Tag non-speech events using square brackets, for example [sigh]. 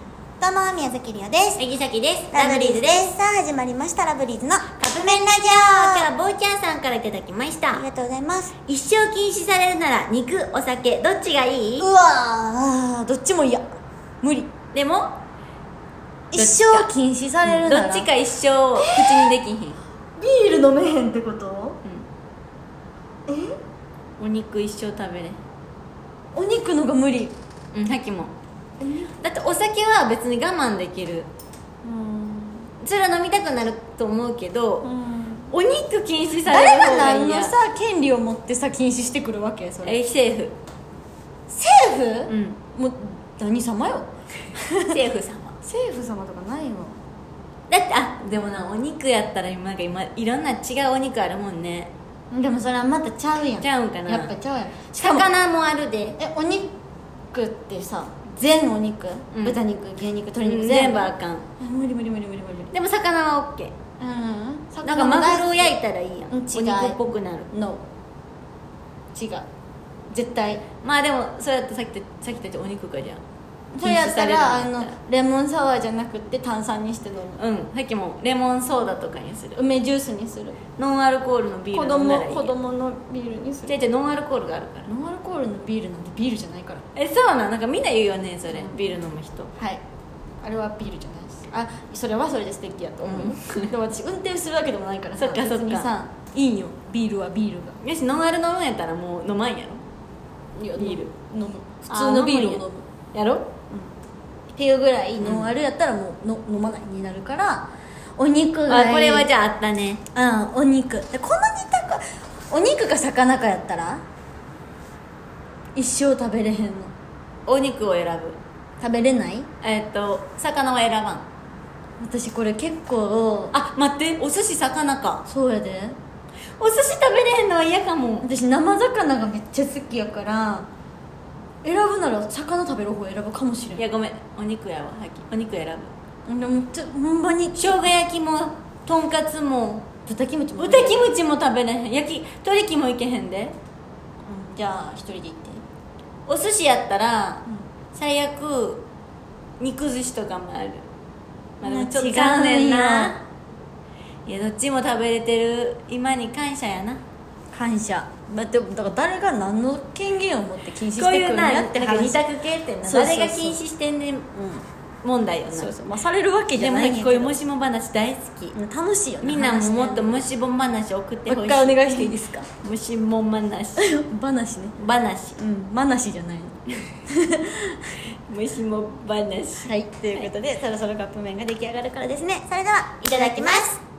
どうも、宮崎りおです。杉崎ですラブリーズですす。さあ、始まりました、ラブリーズのカップ麺ラジ今オ日はボーちゃんさんからいただきましありたがとうございます。一生禁止されるなら肉お酒どっちがいいうわー、どっちも嫌。無理。でも一生禁止されるどならっちか一生口にできひん、うんビール飲めへんってことお肉一生食べれんお肉のが無理。うんさっきもだってお酒は別に我慢できるうん。それは飲みたくなると思うけど、うん。お肉禁止され誰る方ががい何いのやさ、権利を持ってさ、禁止してくるわけそれ。え政政府う府、 [laughs] んもう、何様よ。政府様政府様とかないのだってあでもなお肉やったら今なんか今いろんな違うお肉あるもんねでもそれはまたちゃうやん。ちゃうんかなやっぱちゃうやん。しかも魚もあるでえお肉ってさ全お肉、うん豚肉牛肉う鶏肉ん全全部部ああかん無理無理無理無理無理無理でも魚はオッケうんーなんかマグロをや焼いたらいいやんうおん違う肉っぽくなるの違う絶対まあでもそれやったらさっきとさっきたちお肉かじゃんそれやったらあ禁止されるんだのったレモンサワーじゃなくて炭酸にして飲むうんさっきもレモンソーダとかにする梅ジュースにするノンアルコールのビー子ル飲ん供だらいい子やん供のビールにすじゃるあじゃあノンアルコールがあるからノンアルコールのビールなんてビールじゃないからえそうなんなんかみんな言うよねそれうんビール飲む人はいあれはビールじゃないですあそれはそれで素敵やと思う、でも私運転するわけでもないからさそっかそっか別にさいいよビールはビールがよしノンアル飲むんやったらもう飲まんやいやビール飲む普あー通のビールを飲む飲むんやろやろっていうぐらいノンアルやったらもうの、飲まないになるからお肉がいいあこれはじゃああったねうんお肉でこんなに高いお肉か魚かやったら一生食べれへんのお肉を選ぶ食べれないえっと魚は選ばん私これ結構あ待ってお寿司魚かそうやでお寿司食べれへんのは嫌かも私生魚がめっちゃ好きやから選ぶなら魚食べる方選ぶかもしれいやごめんお肉やわはっきお肉選ぶんでもちょほんまに生姜焼きもとんかつも豚キムチも豚キムチも食べれへん焼き鶏キもいけへんうでんじゃあ一人で行ってお寿司やったら、うん最悪肉寿司とかもあるまあでもなちょっ違うとん残念やないやどっちも食べれてる今に感謝やな感謝だってだから誰が何の権限を持って禁止してこういくるうんなやなっんてか話二択系ってなそうそうそう誰が禁止してんねん問題よう、なんそうそうまあされるわけじでゃもなさいっんきやこういけうどもしも話大好きうん楽しいよねみんなももっともうもしもん話送ってほし一い回お願いしていいですかもしもん話話ね話うん話じゃないもしもん話はいということで、そろそろカップ麺が出来上がるからですねそれではいただきます